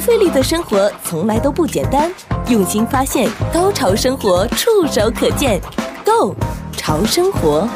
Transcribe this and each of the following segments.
费力的生活从来都不简单，用心发现，高潮生活触手可见 Go 潮生活。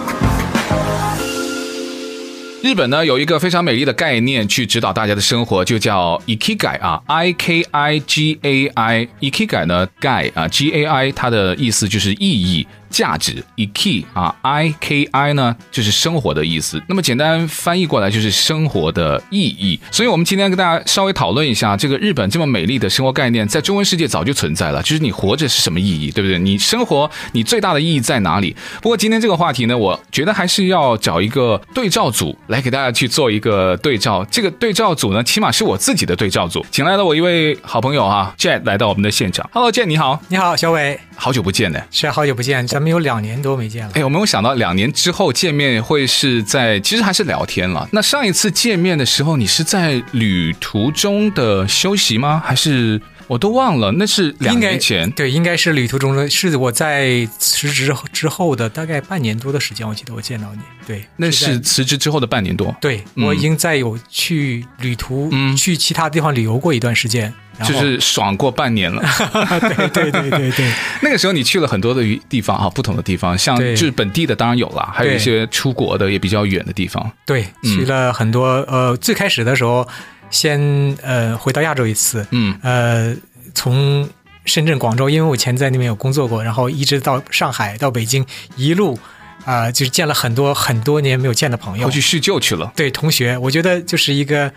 日本呢有一个非常美丽的概念去指导大家的生活，就叫 ikigai 啊，i k i g a i，ikigai 呢 gai 啊 g a i 它的意思就是意义、价值，iki 啊 i k i 呢就是生活的意思。那么简单翻译过来就是生活的意义。所以我们今天跟大家稍微讨论一下，这个日本这么美丽的生活概念，在中文世界早就存在了，就是你活着是什么意义，对不对？你生活你最大的意义在哪里？不过今天这个话题呢，我觉得还是要找一个对照组。来给大家去做一个对照。这个对照组呢，起码是我自己的对照组，请来了我一位好朋友啊，Jet 来到我们的现场。Hello，Jet 你好，你好，小伟，好久不见呢。是啊好久不见，咱们有两年多没见了。哎，我没有想到两年之后见面会是在，其实还是聊天了。那上一次见面的时候，你是在旅途中的休息吗？还是我都忘了？那是两应该年前。对，应该是旅途中的，是我在辞职之后的大概半年多的时间，我记得我见到你。对，那在是辞职之后的半年多，对、嗯我已经在有去旅途、嗯去其他地方旅游过一段时间，然就后是爽过半年了。 对对对对对，那个时候你去了很多的地方啊，不同的地方，像对就是本地的当然有了，还有一些出国的也比较远的地方。 对，嗯去了很多呃，最开始的时候先呃回到亚洲一次，嗯呃，从深圳、广州，因为我以前在那边有工作过，然后一直到上海、到北京，一路啊、呃就是见了很多很多年没有见的朋友后，去叙旧去了。对同学，我觉得就是一个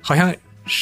好像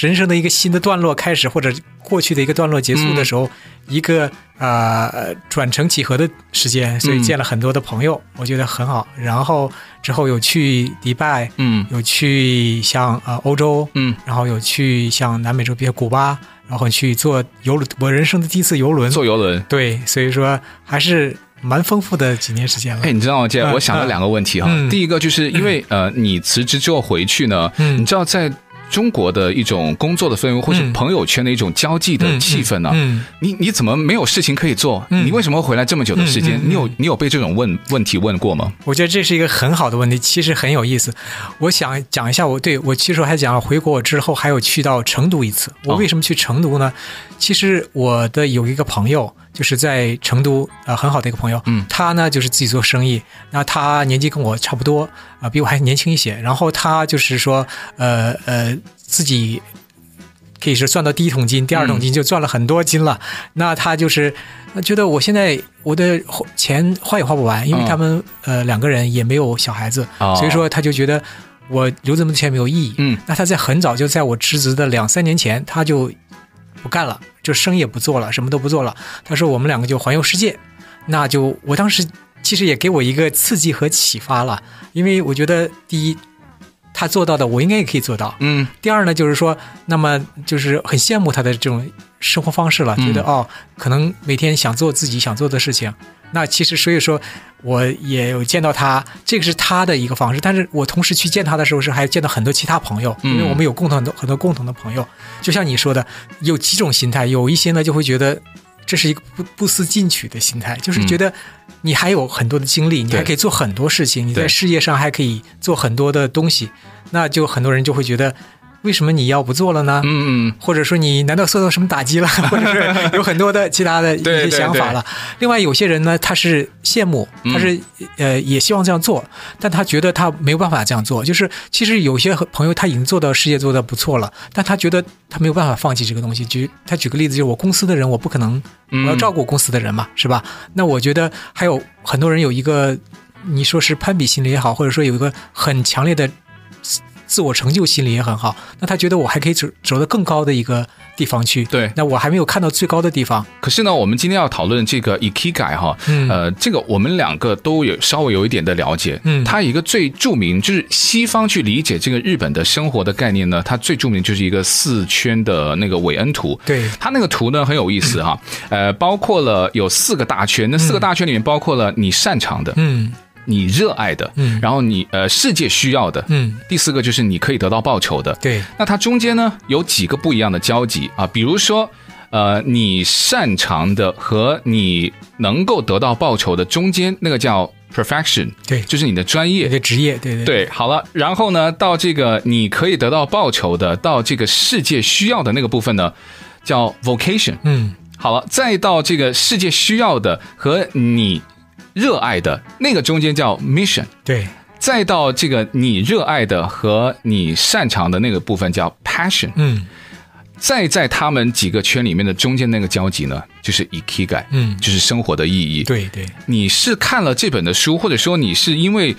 人生的一个新的段落开始，或者过去的一个段落结束的时候，一个啊、呃、转承几何的时间，所以嗯见了很多的朋友，我觉得很好。然后之后有去迪拜，嗯有去像呃欧洲，嗯，然后有去像南美洲，比如古巴，然后去坐游轮，我人生的第一次游轮，坐游轮。对，所以说还是蛮丰富的几年时间了。哎，你知道吗，姐，嗯我想了两个问题哈。嗯第一个就是因为呃，你辞职之后回去呢，嗯你知道在中国的一种工作的氛围，或是嗯朋友圈的一种交际的嗯气氛呢，嗯，你你怎么没有事情可以做？嗯你为什么会回来这么久的时间？嗯嗯嗯你有你有被这种问问题问过吗？我觉得这是一个很好的问题，其实很有意思。我想讲一下我，对我其实我还讲了回国之后还有去到成都一次。我为什么去成都呢？其实我的有一个朋友，就是在成都呃很好的一个朋友，嗯他呢就是自己做生意，那他年纪跟我差不多啊、比我还年轻一些。然后他就是说，呃呃，自己可以是赚到第一桶金，第二桶金就赚了很多金了。那他就是呃觉得我现在我的花钱花也花不完，因为他们、呃两个人也没有小孩子，嗯哦所以说他就觉得我留这么多钱没有意义。嗯那他在很早就在我辞职的两三年前，他就不干了，就生意也不做了，什么都不做了。他说我们两个就环游世界，那就我当时其实也给我一个刺激和启发了，因为我觉得第一。他做到的，我应该也可以做到。嗯，第二呢，就是说，那么就是很羡慕他的这种生活方式了，嗯觉得哦，可能每天想做自己想做的事情。那其实所以说，我也有见到他，这个是他的一个方式。但是我同时去见他的时候，是还见到很多其他朋友，嗯因为我们有共同的很多共同的朋友。就像你说的，有几种心态，有一些呢就会觉得这是一个不不思进取的心态，嗯就是觉得你还有很多的精力，你还可以做很多事情，你在对事业上还可以做很多的东西。那就很多人就会觉得，为什么你要不做了呢？嗯嗯或者说你难道受到什么打击了， 或者是有很多的其他的一对些对想法了。另外，有些人呢，他是羡慕，嗯他是、呃也希望这样做，但他觉得他没有办法这样做。就是其实有些朋友他已经做到事业做得不错了，但他觉得他没有办法放弃这个东西。举他举个例子，就是我公司的人，我不可能嗯我要照顾公司的人嘛，是吧？那我觉得还有很多人有一个，你说是攀比心理也好，或者说有一个很强烈的自自我成就心理也很好。那他觉得我还可以走走得更高的一个地方去，对那我还没有看到最高的地方，可是呢，我们今天要讨论这个 ikigai 哈，嗯呃，这个我们两个都有稍微有一点的了解。嗯它一个最著名就是西方去理解这个日本的生活的概念呢，它最著名就是一个四圈的那个韦恩图。对它那个图呢很有意思哈，嗯呃，包括了有四个大圈，那四个大圈里面包括了你擅长的、嗯你热爱的，嗯然后你呃世界需要的，嗯，第四个就是你可以得到报酬的，对，那它中间呢有几个不一样的交集啊，比如说，呃，你擅长的和你能够得到报酬的中间那个叫 perfection，对就是你的专业你，的职业，对对对，好了，然后呢，到这个你可以得到报酬的，到这个世界需要的那个部分呢，叫 vocation。嗯，好了，再到这个世界需要的和你热爱的那个中间叫 mission，对再到这个你热爱的和你擅长的那个部分叫 passion，嗯再在他们几个圈里面的中间那个交集呢，就是 ikigai，嗯就是生活的意义。对对你是看了这本的书，或者说你是因为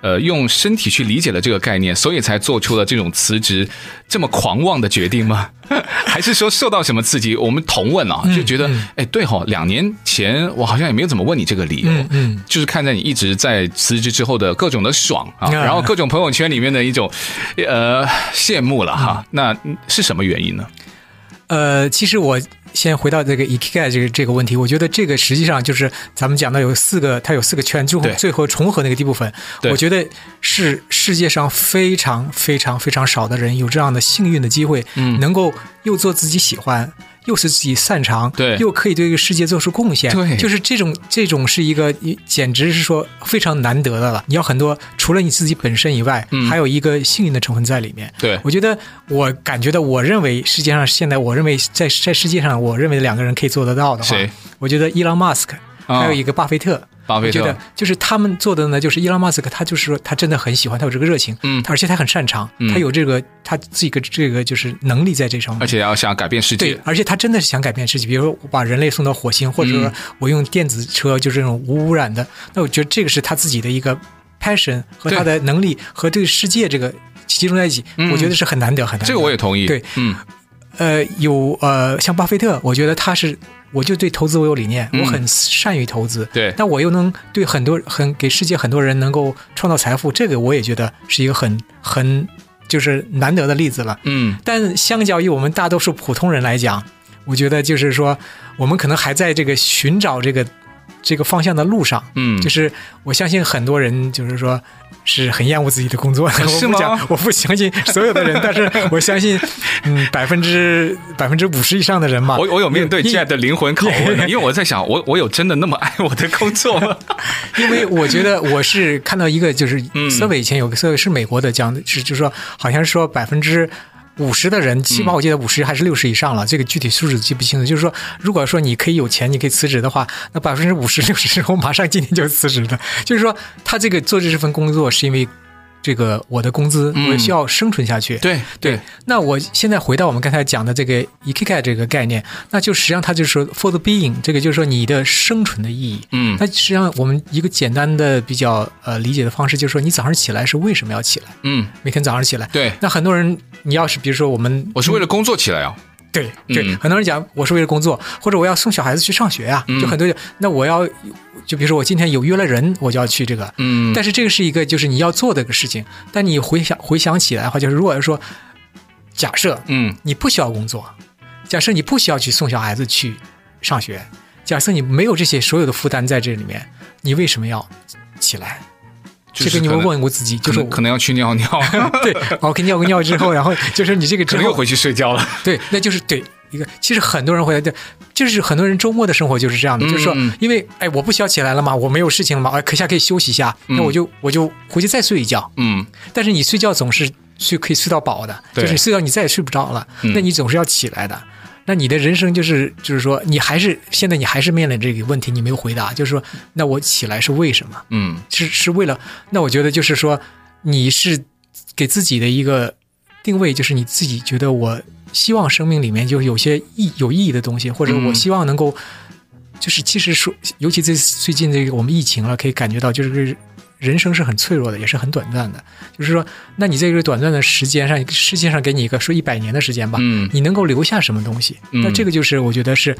呃用身体去理解了这个概念，所以才做出了这种辞职这么狂妄的决定吗？ 还是说受到什么刺激？我们同问嗯啊，就觉得哎、对吼、两年前我好像也没有怎么问你这个理由。嗯嗯就是看在你一直在辞职之后的各种的爽啊，嗯然后各种朋友圈里面的一种，呃，羡慕了哈。嗯那是什么原因呢？呃，其实我先回到这个 ikigai 这个这个问题，我觉得这个实际上就是咱们讲到有四个，它有四个圈，最后对最后重合那个地部分，对我觉得是世界上非常非常非常少的人有这样的幸运的机会，嗯能够又做自己喜欢。又是自己擅长，对又可以对这个世界做出贡献，对就是这种这种是一个简直是说非常难得的了。你要很多除了你自己本身以外，嗯还有一个幸运的成分在里面。对，我觉得，我感觉到，我认为世界上现在，我认为在在世界上，我认为两个人可以做得到的话谁，我觉得伊朗马斯克啊还有一个巴菲特。巴菲我觉特得，就是他们做的呢，就是伊朗马斯克，他就是说他真的很喜欢，他有这个热情，嗯而且他很擅长，嗯他有这个他自己个这个就是能力在这上面而。且要想改变世对界，，而且他真的是想改变世界，比如说我把人类送到火星，或者说嗯我用电子车，就是这种无污染的。那我觉得这个是他自己的一个 passion 和对他的能力和对世界这个集中在一起，嗯我觉得是很难得很难得。这个我也同意。对，嗯，呃有呃像巴菲特，我觉得他是。我就对投资我有理念，嗯我很善于投资。对那我又能对很多很给世界很多人能够创造财富，这个我也觉得是一个很很就是难得的例子了。嗯，但相较于我们大多数普通人来讲，我觉得就是说，我们可能还在这个寻找这个这个方向的路上。嗯就是我相信很多人就是说是很厌恶自己的工 作的，是我吗不讲，我不相信所有的人，但是我相信，嗯，百分之百分之五十以上的人嘛，我我有面对因 Jet 的灵魂拷问啊 呢，因为我在想，我我有真的那么爱我的工作吗？因为我觉得我是看到一个，就是嗯 survey 以前有个 survey 是美国的讲的，是就是说好像是说百分之。五十的人，起码我记得五十还是六十以上了，这个具体数字记不清楚。就是说，如果说你可以有钱，你可以辞职的话，那百分之五十、六十是我马上今天就辞职的。就是说，他这个做这份工作是因为这个我的工资，嗯我需要生存下去。对对，那我现在回到我们刚才讲的这个 ikigai 这个概念，那就实际上它就是说 for the being，这个就是说你的生存的意义。嗯那实际上我们一个简单的比较呃理解的方式就是说，你早上起来是为什么要起来？嗯，每天早上起来，对，那很多人你要是比如说我们我是为了工作起来啊。对对，嗯很多人讲我是为了工作，或者我要送小孩子去上学呀、嗯就很多人那我要就比如说我今天有约了人，我就要去这个，嗯，但是这个是一个就是你要做的一个事情，但你回想回想起来的话，就是如果说假设嗯你不需要工作，假设你不需要去送小孩子去上学，假设你没有这些所有的负担在这里面，你为什么要起来？就是这个你可们能问我自己，可就是能我可能要去尿 尿，对， 我给尿个尿之后，然后就是你这个可之能又后，回去睡觉了。对，那就是对一个，其实很多人会对。就是很多人周末的生活就是这样的，嗯就是说，因为哎，我不需要起来了嘛，我没有事情了嘛，哎，可下可以休息一下，那我就我就回去再睡一觉，嗯，但是你睡觉总是睡可以睡到饱的，对就是睡到你再也睡不着了，嗯那你总是要起来的。那你的人生就是就是说，你还是现在你还是面临这个问题，你没有回答，就是说，那我起来是为什么？嗯是是为了？那我觉得就是说，你是给自己的一个定位，就是你自己觉得我希望生命里面就有些意有意义的东西，或者嗯我希望能够，就是其实说，尤其这最近这个我们疫情了，可以感觉到就是人生是很脆弱的，也是很短暂的。就是说，那你这个短暂的时间上，世界上给你一个说一百年的时间吧，嗯你能够留下什么东西？嗯那这个就是我觉得是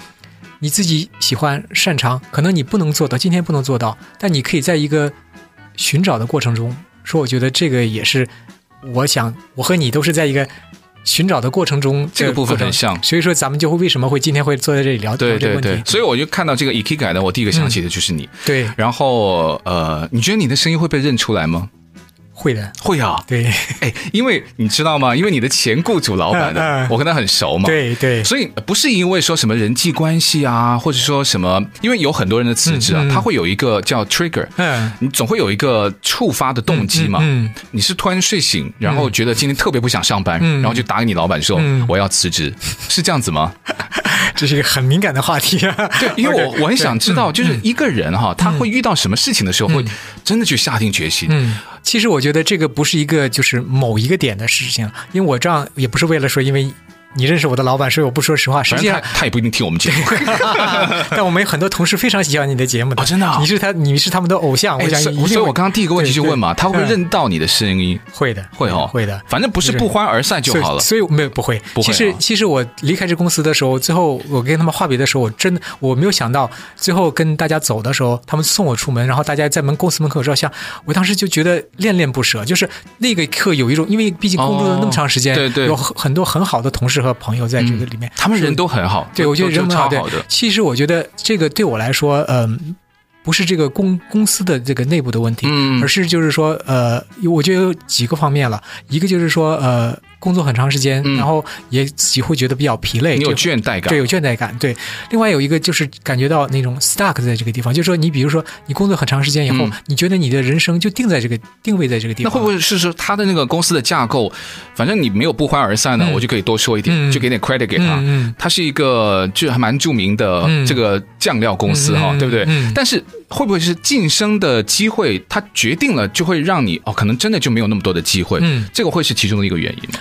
你自己喜欢、擅长，可能你不能做到，今天不能做到，但你可以在一个寻找的过程中，说我觉得这个也是，我想我和你都是在一个。寻找的过程中，这个部分过程很像所以说咱们就会为什么会今天会坐在这里聊对聊这个对问对题，？嗯所以我就看到这个 ikigai 呢，我第一个想起的就是你。对，然后呃，你觉得你的声音会被认出来吗？会的，会啊，对哎，因为你知道吗？因为你的前雇主老板嗯呢嗯，我跟他很熟嘛，，对对，所以不是因为说什么人际关系啊，或者说什么，因为有很多人的辞职啊，嗯嗯嗯他会有一个叫 trigger，嗯你总会有一个触发的动机嘛。嗯嗯你是突然睡醒，然后觉得今天特别不想上班，嗯然后就打给你老板说、嗯我要辞职，是这样子 吗？这是一个很敏感的话题啊。对，因为我 OK，嗯我很想对知道，就是一个人哈，他会遇到什么事情的时候，会真的去下定决心。嗯，其实我觉得这个不是一个就是某一个点的事情，因为我这样也不是为了说，因为你认识我的老板，所以我不说实话。实反际正他上，他也不一定听我们节目。但我们有很多同事非常喜欢你的节目哦真的啊你是他，你是他们的偶像，我哎，想所你一以定会所以我刚刚第一个问题就问嘛，对对他会不会嗯认到你的声音？会的，会哦，会的。反正不是不欢而散就好了。所以所以没有不会，不会啊其实其实我离开这公司的时候，最后我跟他们话别的时候，我真的我没有想到，最后跟大家走的时候，他们送我出门，然后大家在门公司门口照相，我当时就觉得恋恋不舍，就是那个一刻有一种，因为毕竟工作了那么长时间，哦对对有很很多很好的同事和朋友在这个里面，嗯他们人都很好，对都我觉得都都人文超好对好的。其实我觉得这个对我来说，嗯、不是这个公公司的这个内部的问题，嗯而是就是说，呃，有我觉得有几个方面了，一个就是说，呃，工作很长时间，嗯然后也自己会觉得比较疲累，你有就倦怠感，对，有倦怠感，对。另外有一个就是感觉到那种 stuck 在这个地方，就是说你比如说你工作很长时间以后，嗯你觉得你的人生就定在这个定位在这个地那方，会不会是说他的那个公司的架构，反正你没有不欢而散呢，嗯我就可以多说一点，嗯就给点 credit 给他。嗯嗯他是一个就还蛮著名的嗯这个酱料公司哈，嗯嗯对不对嗯？但是会不会是晋升的机会，它决定了就会让你哦，可能真的就没有那么多的机会嗯，这个会是其中的一个原因吗？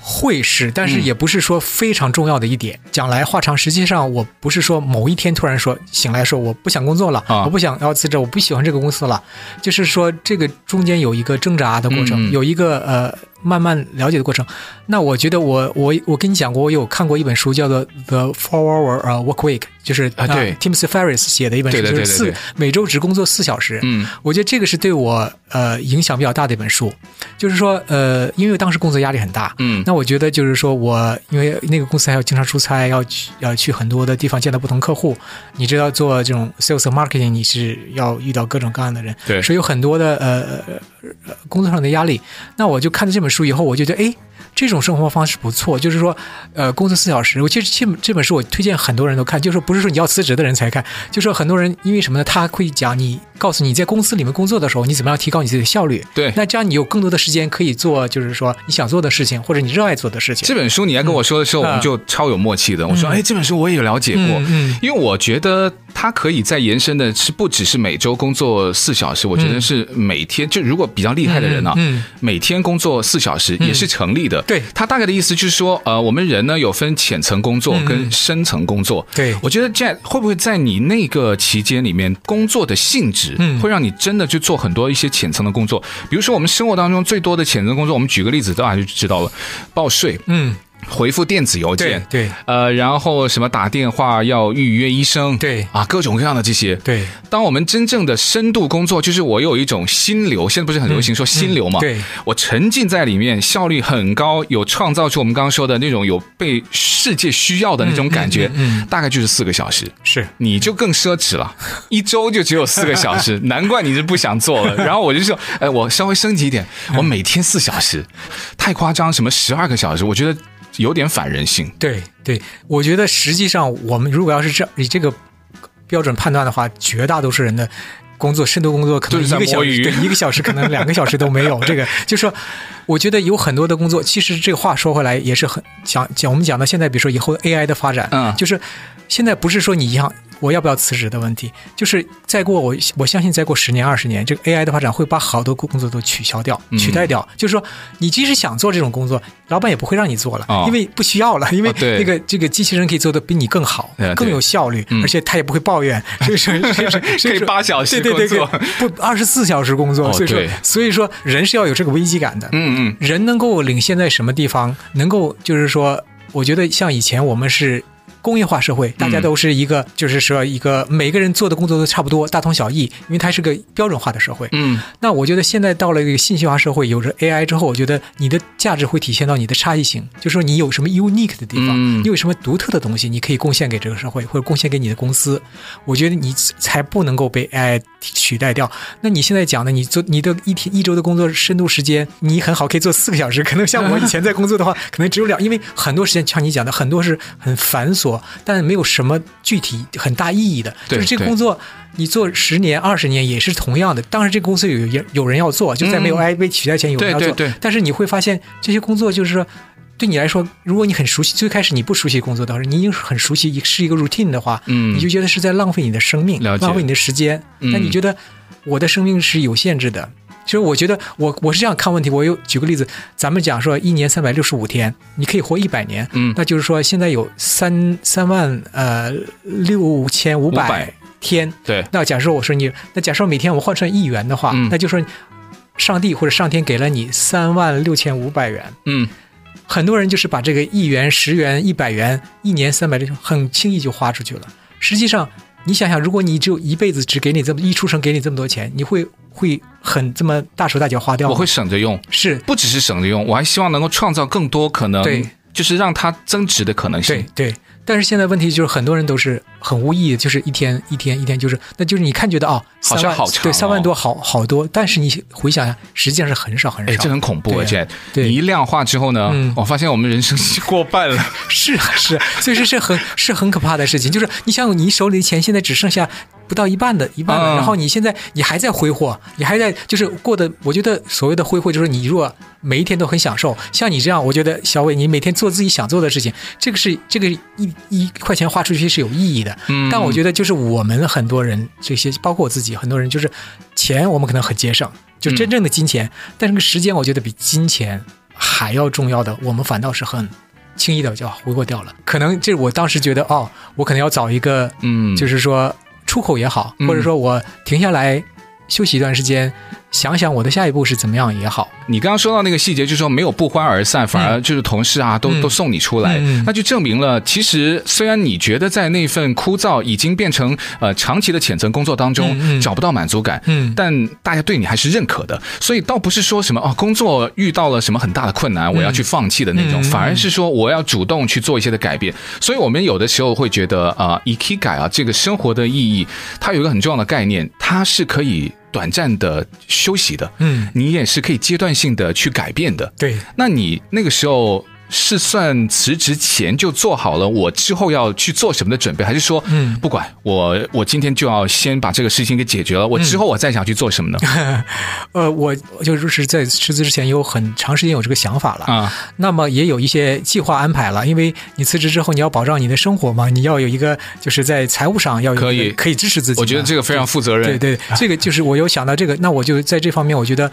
会是，但是嗯也不是说非常重要的一点。讲来话长，实际上我不是说某一天突然说醒来说我不想工作了，啊我不想要辞职，我不喜欢这个公司了，就是说这个中间有一个挣扎的过程，嗯嗯有一个呃慢慢了解的过程。那我觉得我我我跟你讲过，我有看过一本书叫做《The Four Hour uh, Work Week》，就是啊对呃 Timothy Ferris 写的一本书，对对就是对对四对每周只工作四小时。嗯，我觉得这个是对我呃影响比较大的一本书，就是说呃，因为我当时工作压力很大，嗯那我觉得就是说我因为那个公司还要经常出差，要去要去很多的地方见到不同客户，你知道做这种 sales and marketing 你是要遇到各种各样的人，对所以有很多的呃呃呃工作上的压力。那我就看了这本书以后，我就觉得哎。这种生活方式不错，就是说，呃，工作四小时。我其实这本这本书我推荐很多人都看，就是说不是说你要辞职的人才看，就是说很多人因为什么呢？他会讲你，告诉你在公司里面工作的时候，你怎么样提高你自己的效率。对。 那这样你有更多的时间可以做，就是说你想做的事情，或者你热爱做的事情。这本书你来跟我说的时候，嗯我们就超有默契的。我说，嗯哎，这本书我也有了解过，嗯嗯因为我觉得它可以再延伸的是，不只是每周工作四小时，我觉得是每天就如果比较厉害的人啊，嗯嗯嗯嗯每天工作四小时也是成立的。对他大概的意思就是说，呃，我们人呢有分浅层工作跟深层工作。嗯对我觉得这样会不会在你那个期间里面，工作的性质嗯会让你真的去做很多一些浅层的工作，比如说我们生活当中最多的浅层工作，我们举个例子大家就知道了，报税。嗯，回复电子邮件，对对呃，然后什么打电话要预约医生，对啊，各种各样的这些。对当我们真正的深度工作，就是我有一种心流，现在不是很流行说心流嘛、嗯对，我沉浸在里面，效率很高，有创造出我们刚刚说的那种有被世界需要的那种感觉，嗯嗯大概就是四个小时。是。你就更奢侈了， 一周就只有四个小 时，难怪你是不想做了。然后我就说，哎，我稍微升级一点，嗯我每天四小时，太夸张，什么十二个小时，我觉得有点反人性。对对，我觉得实际上我们如果要是这以这个标准判断的话，绝大多数人的工作深度工作可能就是在一个小摸时，鱼对一个小时可能两个小时都 没有。这个就是说，我觉得有很多的工作，其实这个话说回来也是很讲讲我们讲到现在，比如说以后 AI 的发展，嗯就是现在不是说你一样。我要不要辞职的问题，就是再过我我相信再过十年二十年，这个 AI 的发展会把好多工作都取消掉、嗯取代掉。就是说，你即使想做这种工作，老板也不会让你做了，哦因为不需要了，因为哦对那个这个机器人可以做的比你更好对啊对，更有效率嗯，而且他也不会 抱怨，所以说所以说所可以说八小时对对对工作对不二十四小时工哦作，所以说对所以说人是要有这个危机感的，嗯嗯，人能够领先在什么地方，能够就是说，我觉得像以前我们是。工业化社嗯会，大家都是一个、就是说一个每个人做的工作都差不多，大同小异，因为它是个标准化的社会。嗯，那我觉得现在到了一个信息化社会，有着 AI 之后，我觉得你的价值会体现到你的差异性，就是说你有什么 unique 的地方，嗯你有什么独特的东西，你可以贡献给这个社会或者贡献给你的公司。我觉得你才不能够被 AI 取代掉。那你现在讲的，你做你的一天一周的工作深度时间，你很好可以做四个小时，可能像我以前在工作的话，可能只有两，因为很多时间像你讲的，很多是很繁琐，但没有什么具体很大意义的，对就是这个对工作。你做十年、二十年也是同样的。当然，这个公司有有有人要做，就在没有嗯 AI 被取代前，有人要做。对对对但是你会发现，这些工作就是说，对你来说，如果你很熟悉，最开始你不熟悉工作的时候，你已经很熟悉，是一个 routine 的话，嗯你就觉得是在浪费你的生命，了解浪费你的时间。嗯但你觉得我的生命是有限制的。其实我觉得我我是这样看问题，我有举个例子，咱们讲说一年三百六十五天，你可以活一百年，嗯那就是说现在有三三万呃六千五500百天，对，那假设我说你，那假设每天我换算一元的话，嗯那就说上帝或者上天给了你三万六千五百元。嗯，很多人就是把这个一元、十元、一百元，一年三百六，很轻易就花出去了。实际上，你想想，如果你只有一辈子只给你这么一出生给你这么多钱，你会会很这么大手大脚花掉吗？我会省着用，是不只是省着用，我还希望能够创造更多可能，对，就是让它增值的可能对性。对，但是现在问题就是很多人都是很无意义，就是一天一天一天，就是那就是你看觉得哦，好3像万好长对哦三万多好好多，但是你回想一下，实际上是很少很哎，少，这很恐怖啊，对啊 Jen！对你一量化之后呢，嗯我发现我们人生是过半 了。是啊是啊，所以说是很是很可怕的事情，就是你想你手里的钱现在只剩下。不到一半的一半了，嗯然后你现在你还在挥霍，你还在就是过得，我觉得所谓的挥霍就是你若每一天都很享受，像你这样，我觉得小伟你每天做自己想做的事情，这个是这个一一块钱花出去是有意义的，嗯但我觉得就是我们很多人，这些包括我自己，很多人就是钱我们可能很节省，就嗯真正的金钱，但是个时间我觉得比金钱还要重要的，我们反倒是很轻易的就挥霍掉了。可能这是我当时觉得哦，我可能要找一个，嗯，就是是说出口也好，嗯或者说我停下来休息一段时间，想想我的下一步是怎么样也好。你刚刚说到那个细节，就是说没有不欢而散，反而就是同事啊，都嗯都送你出来嗯嗯，那就证明了，其实虽然你觉得在那份枯燥已经变成呃长期的浅层工作当嗯中嗯找不到满足感，嗯但大家对你还是认可的，所以倒不是说什么哦，工作遇到了什么很大的困难，我要去放弃的那种，嗯嗯嗯反而是说我要主动去做一些的改变。所以我们有的时候会觉得啊、呃、，ikigai 啊，这个生活的意义，它有一个很重要的概念，它是可以短暂的休息的，嗯，你也是可以阶段性的去改变的。对，那你那个时候是算辞职前就做好了我之后要去做什么的准备，还是说，嗯不管我，我今天就要先把这个事情给解决嗯了，我之后我再想去做什 么呢？呃，我我就是在辞职之前有很长时间有这个想法了。啊，那么也有一些计划安排了，因为你辞职之后，你要保障你的生活嘛，你要有一个就是在财务上要有一个可以可以支持自己嘛。我觉得这个非常负责任。对 对，这个就是我有想到这个，那我就在这方面，我觉得。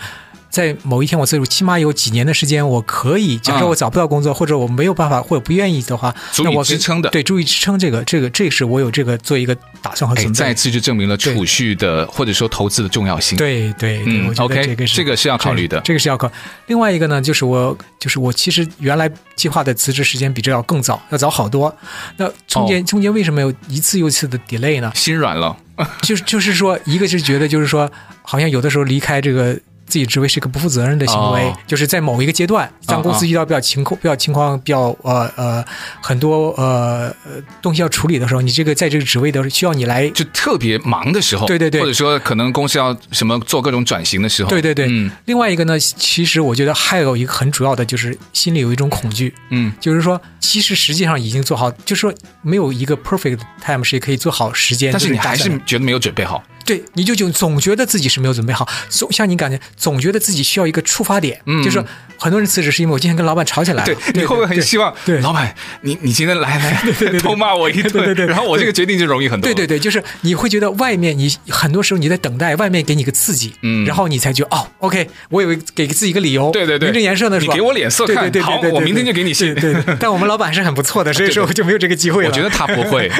在某一天，我自己起码有几年的时间，我可以，假设嗯我找不到工作，或者我没有办法，或者不愿意的话，足以那我可支以撑的对，足以支撑这个，这个，这是我有这个做一个打算和哎，准再备。次就证明了对储蓄的或者说投资的重要性。，对对，对嗯我觉得，OK，这个是这个是要考虑的？这个是要考。另外一个呢，就是我就是我其实原来计划的辞职时间比这要更早，要早好多。那中间、中间为什么有一次又一次的 delay 呢心软了。 就是就是说，一个是觉得就是说，好像有的时候离开这个。自己职位是一个不负责任的行为，哦就是在某一个阶段，当公司遇到比较情况、比较情况、比较呃呃很多呃呃东西要处理的时候，你这个在这个职位的需要你来就特别忙的时候，对对对或者说可能公司要什么做各种转型的时候，对对对，嗯另外一个呢，其实我觉得还有一个很主要的就是心里有一种恐惧，嗯就是说，其实实际上已经做好，就是说没有一个 perfect time 是可以做好时间，但是就你打还算是觉得没有准备好，对，你就总总觉得自己是没有准备好，总像你感觉总觉得自己需要一个触发点，嗯就是说很多人辞职是因为我今天跟老板吵起来了，对，你会不会很希望啊对老板，你你今天来 来痛骂我一顿，对对对然后我这个决定就容易很多。对对对，就是你会觉得外面你很多时候你在等待外面给你个刺激，嗯然后你才觉得哦，OK，我有一个给自己一个理由，对对对名正言顺的说，你给我脸色对看对对好对对对我明天就给你信对对，对但我们老板是很 不错的，所以说我就没有这个机会了。啊 我觉得他不会，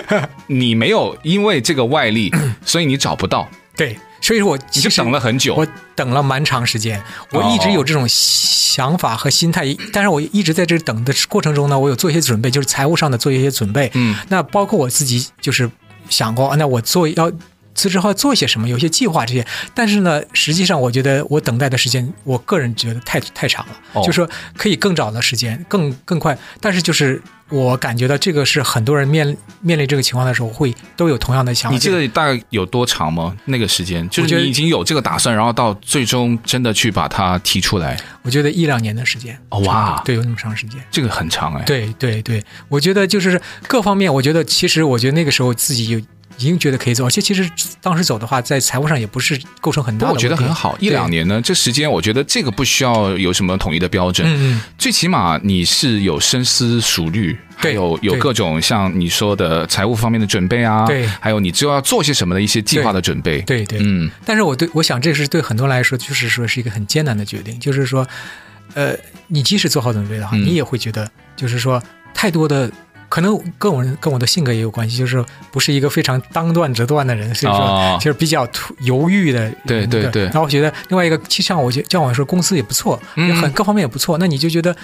你没有因为这个外力，所以你找不到。对，所以说我你其就实等了很久我，等了蛮长时间，我一直有这种想法和心态，但是我一直在这等的过程中呢，我有做一些准备，就是财务上的做一些准备。嗯，那包括我自己就是想过，啊那我做要辞职后要做一些什么，有一些计划这些。但是呢，实际上我觉得我等待的时间，我个人觉得太太长了，哦就是说可以更早的时间，更更快。但是就是我感觉到这个是很多人面面临这个情况的时候会都有同样的想法。你记就是得大概有多长吗？那个时间，就我觉是得你已经有这个打算，然后到最终真的去把它提出来，我觉得一两年的时间，哦哇对，有那么长时间。这个很长哎。，对对对，我觉得就是各方面，我觉得其实我觉得那个时候自己有已经觉得可以走，而且其实当时走的话，在财务上也不是构成很不大过的问我题。觉得很好，一两年呢，这时间我觉得这个不需要有什么统一的标准，嗯嗯最起码你是有深思熟虑，还对有有对各种像你说的财务方面的准备啊，对还有你之后要做些什么的一些计划的准备，，对对。嗯，但是我对我想，这是对很多人来说，就是说是一个很艰难的决定，就是说，呃，你即使做好准备的话，嗯你也会觉得，就是说太多的。可能跟我跟我的性格也有关系，就是不是一个非常当断直断的人，所以哦说就是比较突犹豫的人。对对对然后我觉得另外一个，其实像我觉像我说，公司也不错，嗯也很各方面也不错，那你就觉得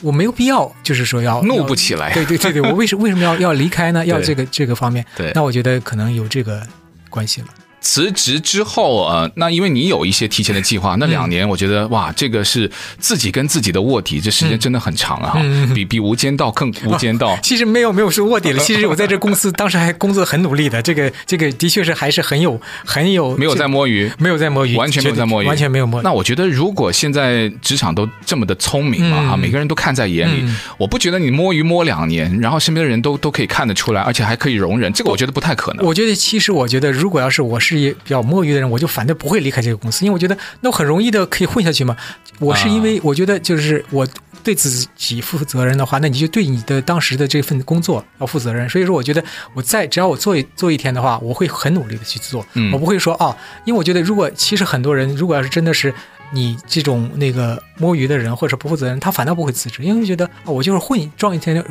我没有必要，就是说要怒要不起来对对对对，我为什为什么要要离开呢？要对这个这个方面，对那我觉得可能有这个关系了。辞职之后，呃，那因为你有一些提前的计嗯划，那两年我觉得、哇，这个是自己跟自己的卧底，这时间真的很长啊，嗯嗯嗯比比《无间道》更《无间道》 其实没有没有说 卧底了，其实我在这公司当时还工作很努力的，这个这个的确是还是很有很有没有在摸鱼。没有在摸鱼，完全没有在摸鱼完全没有摸鱼那。我觉得，如果现在职场都这么的聪明了、啊，嗯每个人都看在眼里，嗯我不觉得你摸鱼摸两年，然后身边的人都都可以看得出来，而且还可以容忍，这个我觉得不太可能。我觉得其实我觉得，如果要是我是一比较摸鱼的人，我就反对不会离开这个公司，因为我觉得那我很容易的可以混下去嘛。我是因啊为我觉得就是我对自己负责任的话，那你就对你的当时的这份工作要负责任。所以说，我觉得我在只要我做一做一天的话，我会很努力的去做，嗯我不会说哦，因为我觉得如果其实很多人如果要是真的是。你这种那个摸鱼的人，或者不负责任，他反倒不会辞职，因为觉得、哦、我就是混撞一天，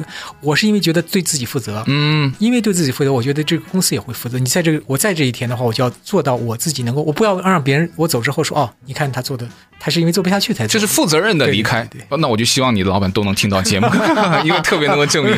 我是因为觉得对自己负责，嗯，因为对自己负责，我觉得这个公司也会负责。你在这个我在这一天的话，我就要做到我自己能够，我不要让别人我走之后说哦，你看他做的，他是因为做不下去才这做是的负责任的离开。哦对对那我就希望你的老板都能听到节目， 因为特别能够 证明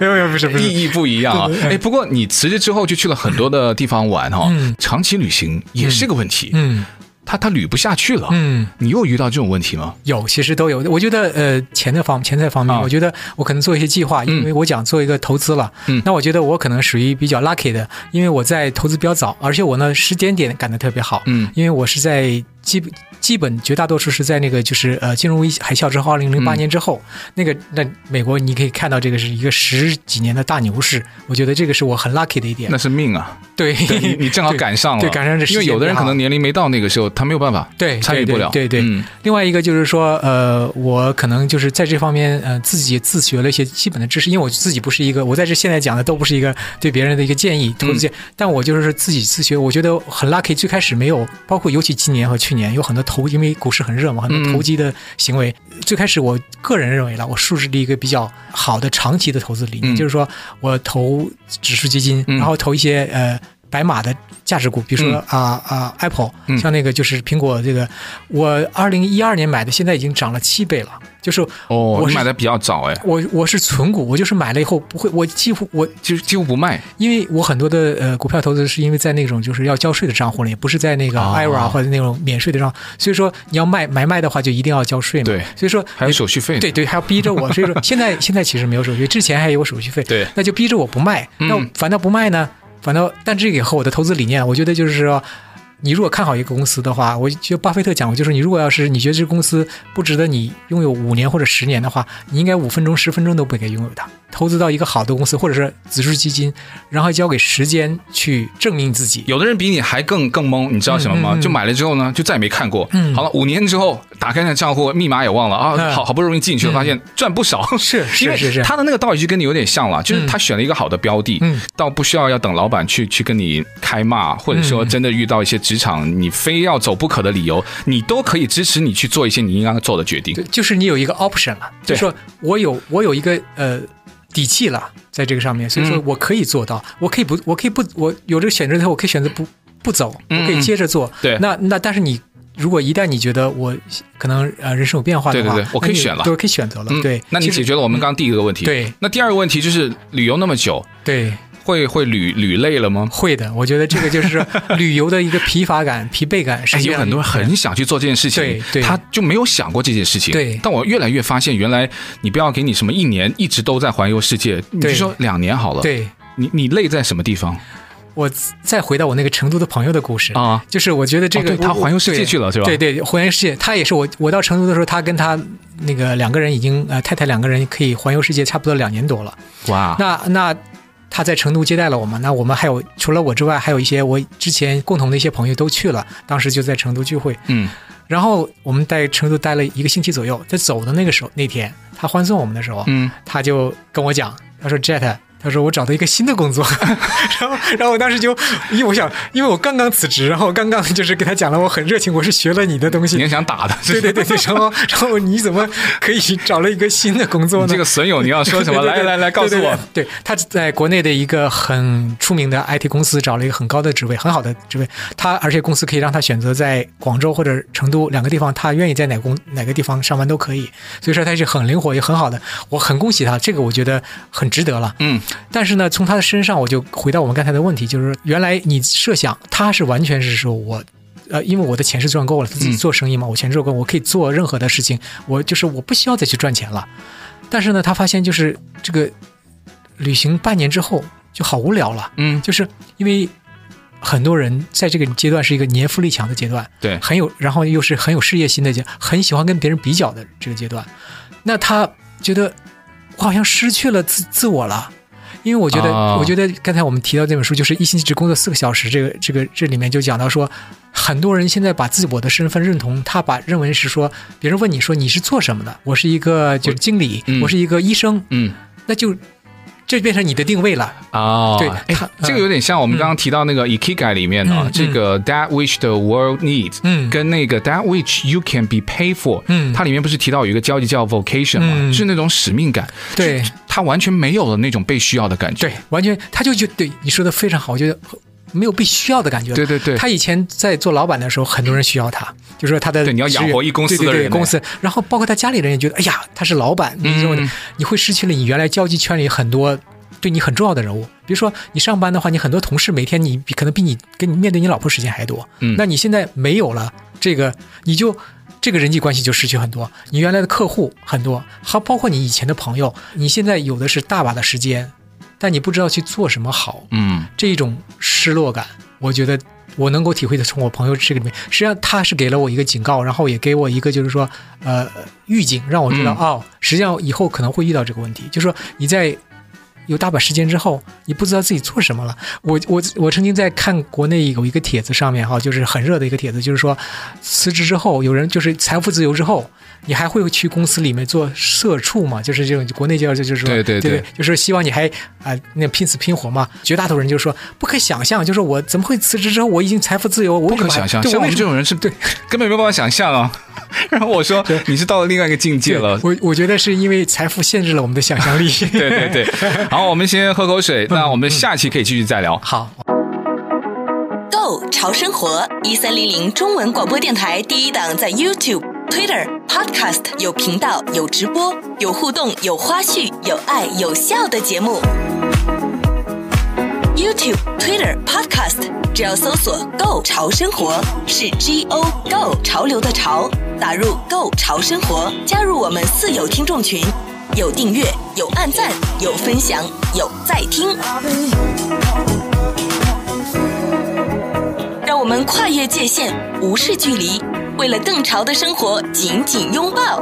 没有没有不是不是，意义不一样啊。哎，不过你辞职之后就去了很多的地方玩哈、嗯长期旅行也是个问题，嗯他他旅不下去了。嗯，你又遇到这种问题吗？有其实都有。我觉得呃，钱的方钱财方面，啊我觉得我可能做一些计划，因为我想做一个投资了。嗯那我觉得我可能属于比较 lucky 的，因为我在投资比较早，而且我呢时间点赶得特别好。嗯因为我是在基本基本绝大多数是在那个就是呃金融危机海啸之后，二零零八嗯年之后，那个那美国你可以看到这个是一个十几年的大牛市，我觉得这个是我很 lucky 的一点那。是命啊！对 对你你正好赶上了，对对赶上这时因间为有的人可能年龄没到那个时候，他没有办法，对参与对不了，对对对嗯另外一个就是说，呃，我可能就是在这方面，呃，自己自学了一些基本的知识，因为我自己不是一个，我在这现在讲的都不是一个对别人的一个建议，投资建议，但我就是自己自学，我觉得很 lucky。最开始没有，包括尤其今年和去年有很多投，因为股市很热嘛，很多投机的行为。最开始我个人认为了，我树立了一个比较好的长期的投资理念，嗯就是说我投指数基金，嗯然后投一些呃。白马的价值股，比如说嗯啊啊、Apple，嗯像那个就是苹果这个，我二零一二年买的，现在已经涨了七倍了。就是哦，我你是买的比较早哎，我我是存股，我就是买了以后不会，我几乎我就几乎不卖，因为我很多的呃股票投资是因为在那种就是要交税的账户里，也不是在那个哦 IRA 或者那种免税的账户，所以说你要卖买卖的话就一定要交税嘛。对所以说还有手续费呢，对对，还要逼着我，所以说现在现在其实没有手续，之前还有手续费，对那就逼着我不卖，嗯那我反倒不卖呢，反倒但这个也和我的投资理念，我觉得就是说。你如果看好一个公司的话，我就巴菲特讲过，就是你如果要是你觉得这个公司不值得你拥有五年或者十年的话，你应该五分钟、十分钟都不应该拥有它。投资到一个好的公司，或者是指数基金，然后交给时间去证明自己。有的人比你还更更懵，你知道什么吗？嗯嗯嗯就买了之后呢，就再也没看过。嗯好了，五年之后打开那账户，密码也忘了啊，嗯好好不容易进去了，发现赚不少。 是因是为是是，他的那个道理就跟你有点像了，就是他选了一个好的标的，嗯倒不需要要等老板去去跟你开骂，或者嗯说真的遇到一些职场你非要走不可的理由，你都可以支持你去做一些你应该做的决定对，。就是你有一个 option 了，对就说我有我有一个呃底气了，在这个上面，所以说嗯我可以做到，我可以不，我可以不，我有这个选择的话，我可以选择不不走，嗯我可以接着做。对那那但是你如果一旦你觉得我可能呃人生有变化的话，对对对我可以那你选了对，我可以选择了。嗯，对，那你其实解决了我们刚刚第一个问题。对那第二个问题就是旅游那么久，对会会旅旅累了吗？会的，我觉得这个就是 旅游的一个疲乏感、疲惫感是哎，一有样的很多人很想去做这件事情，对对他就没有想过这件事情。对但我越来越发现，原来你不要给你什么一年一直都在环游世界，你就对说两年好了。，对。你你累在什么地方我再回到我那个成都的朋友的故事，啊？就是我觉得这个、哦对他环游世界对去了是吧对对，环游世界，他也是我我到成都的时候，他跟他那个两个人已经呃太太两个人可以环游世界差不多两年多了。哇，那那他在成都接待了我们，那我们还有除了我之外，还有一些我之前共同的一些朋友都去了，当时就在成都聚会。嗯，然后我们在成都待了一个星期左右，在走的那个时候那天，他欢送我们的时候，嗯，他就跟我讲，他说 Jet。他说我找到一个新的工作， 然后，然后我当时就，因为我想，因为我刚刚辞职，然后刚刚就是给他讲了，我很热情，我是学了你的东你西很，想打的， 对对对对，然后，然后你怎么可以找了一个新的工作你呢？这个损友你要说什么？对对来对来来，告诉我。对对对对他在国内的一个很出名的 IT 公司找了一个很高的职位，很好的职位。他而且公司可以让他选择在广州或者成都两个地方，他愿意在哪公哪个地方上班都可以。所以说他是很灵活也很好的，我很恭喜他，这个我觉得很值得了。嗯，但是呢，从他的身上，我就回到我们刚才的问题，就是原来你设想他是完全是说我。呃，因为我的钱是赚够了，他自己嗯做生意嘛，我钱赚够，我可以做任何的事情，我就是我不需要再去赚钱了。但是呢，他发现就是这个旅行半年之后就好无聊了，嗯，就是因为很多人在这个阶段是一个年富力强的阶段，对，很有，然后又是很有事业心的阶，很喜欢跟别人比较的这个阶段。那他觉得我好像失去了自自我了，因为我觉得，啊我觉得刚才我们提到这本书，就是一星期只工作四个小时，这个这个这里面就讲到说，很多人现在把自我的身份认同，他把认为是说，别人问你说你是做什么的，我是一个就是经理，嗯我是一个医生，嗯那就这变成你的定位了。哦，对哎他，这个有点像我们刚刚提到那个 ikigai 里面啊嗯，这个 that which the world needs，嗯跟那个 that which you can be paid for，嗯它里面不是提到有一个交集叫 vocation 嘛，嗯是那种使命感，对是它完全没有了那种被需要的感觉对，，完全他就就对你说的非常好，我觉得没有被需要的感觉了。对对对，他以前在做老板的时候，很多人需要他，就说他的对你要养活一公司的对对对人呢公司，然后包括他家里人也觉得，哎呀，他是老板，你这种、嗯你会失去了你原来交际圈里很多对你很重要的人物，比如说你上班的话，你很多同事每天你比可能比你跟你面对你老婆时间还多，嗯那你现在没有了这个，你就。这个人际关系就失去很多，你原来的客户很多，还包括你以前的朋友，你现在有的是大把的时间，但你不知道去做什么好，嗯这一种失落感，我觉得我能够体会的，从我朋友这个里面，实际上他是给了我一个警告，然后也给我一个就是说，呃，预警，让我知道、嗯哦，实际上以后可能会遇到这个问题，就是说你在。有大把时间之后，你不知道自己做什么了。我我我曾经在看国内有一个帖子上面哈，就是很热的一个帖子，就是说辞职之后，有人就是财富自由之后，你还会去公司里面做社畜嘛？就是这种国内叫就是说对对对对就是希望你还啊、那拼死拼活嘛。绝大多数人就说不可想象，就是我怎么会辞职之后我已经财富自由，我不为什可么还想象，对像我我为们什这么种人是对，根本没有办法想象啊。 然后我说你是到了另外一个境界了对，我我觉得是因为财富限制了我们的想象力。对对对。好，我们先喝口水，那我们下期可以继续再聊。好， Go 潮生活一三零零中文广播电台第一档，在 YouTube、Twitter、Podcast 有频道、有直播、有互动、有花絮、有爱有笑的节目。YouTube、Twitter、Podcast，只要搜索 “Go 潮生活”是 G O Go 潮流的潮，打入 “Go 潮生活”，加入我们四有听众群，有订阅，有按赞，有分享，有在听。让我们跨越界限，无视距离，为了更潮的生活紧紧拥抱。